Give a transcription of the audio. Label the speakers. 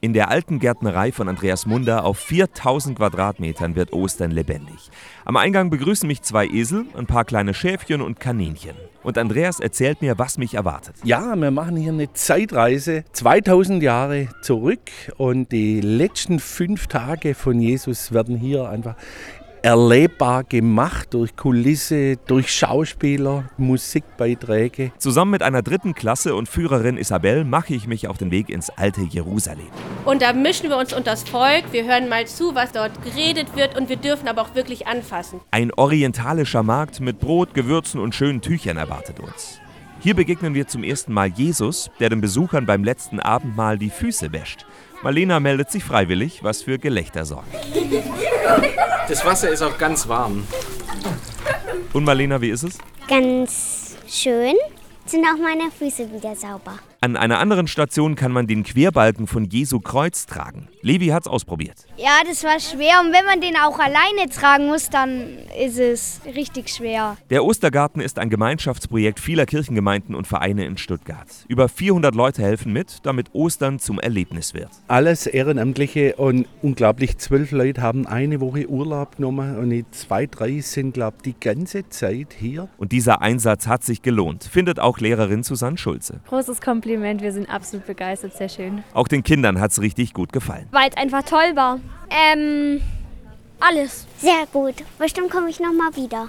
Speaker 1: In der alten Gärtnerei von Andreas Munder auf 4000 Quadratmetern wird Ostern lebendig. Am Eingang begrüßen mich zwei Esel, ein paar kleine Schäfchen und Kaninchen. Und Andreas erzählt mir, was mich erwartet.
Speaker 2: Ja, wir machen hier eine Zeitreise 2000 Jahre zurück und die letzten fünf Tage von Jesus werden hier einfach erlebbar gemacht durch Kulisse, durch Schauspieler, Musikbeiträge.
Speaker 1: Zusammen mit einer dritten Klasse und Führerin Isabel mache ich mich auf den Weg ins alte Jerusalem.
Speaker 3: Und da mischen wir uns unter das Volk, wir hören mal zu, was dort geredet wird und wir dürfen aber auch wirklich anfassen.
Speaker 1: Ein orientalischer Markt mit Brot, Gewürzen und schönen Tüchern erwartet uns. Hier begegnen wir zum ersten Mal Jesus, der den Besuchern beim letzten Abendmahl die Füße wäscht. Marlena meldet sich freiwillig, was für Gelächter sorgt.
Speaker 4: Das Wasser ist auch ganz warm.
Speaker 1: Und Marlena, wie ist es?
Speaker 5: Ganz schön. Sind auch meine Füße wieder sauber.
Speaker 1: An einer anderen Station kann man den Querbalken von Jesu Kreuz tragen. Levi hat's ausprobiert.
Speaker 6: Ja, das war schwer und wenn man den auch alleine tragen muss, dann ist es richtig schwer.
Speaker 1: Der Ostergarten ist ein Gemeinschaftsprojekt vieler Kirchengemeinden und Vereine in Stuttgart. Über 400 Leute helfen mit, damit Ostern zum Erlebnis wird.
Speaker 2: Alles Ehrenamtliche und unglaublich zwölf Leute haben eine Woche Urlaub genommen und die zwei, drei sind, glaube ich, die ganze Zeit hier.
Speaker 1: Und dieser Einsatz hat sich gelohnt, findet auch Lehrerin Susanne Schulze.
Speaker 7: Großes Kompliment, wir sind absolut begeistert, sehr schön.
Speaker 1: Auch den Kindern hat's richtig gut gefallen.
Speaker 6: Weil es einfach toll war. Ähm, alles.
Speaker 5: Sehr gut. Bestimmt komme ich nochmal wieder.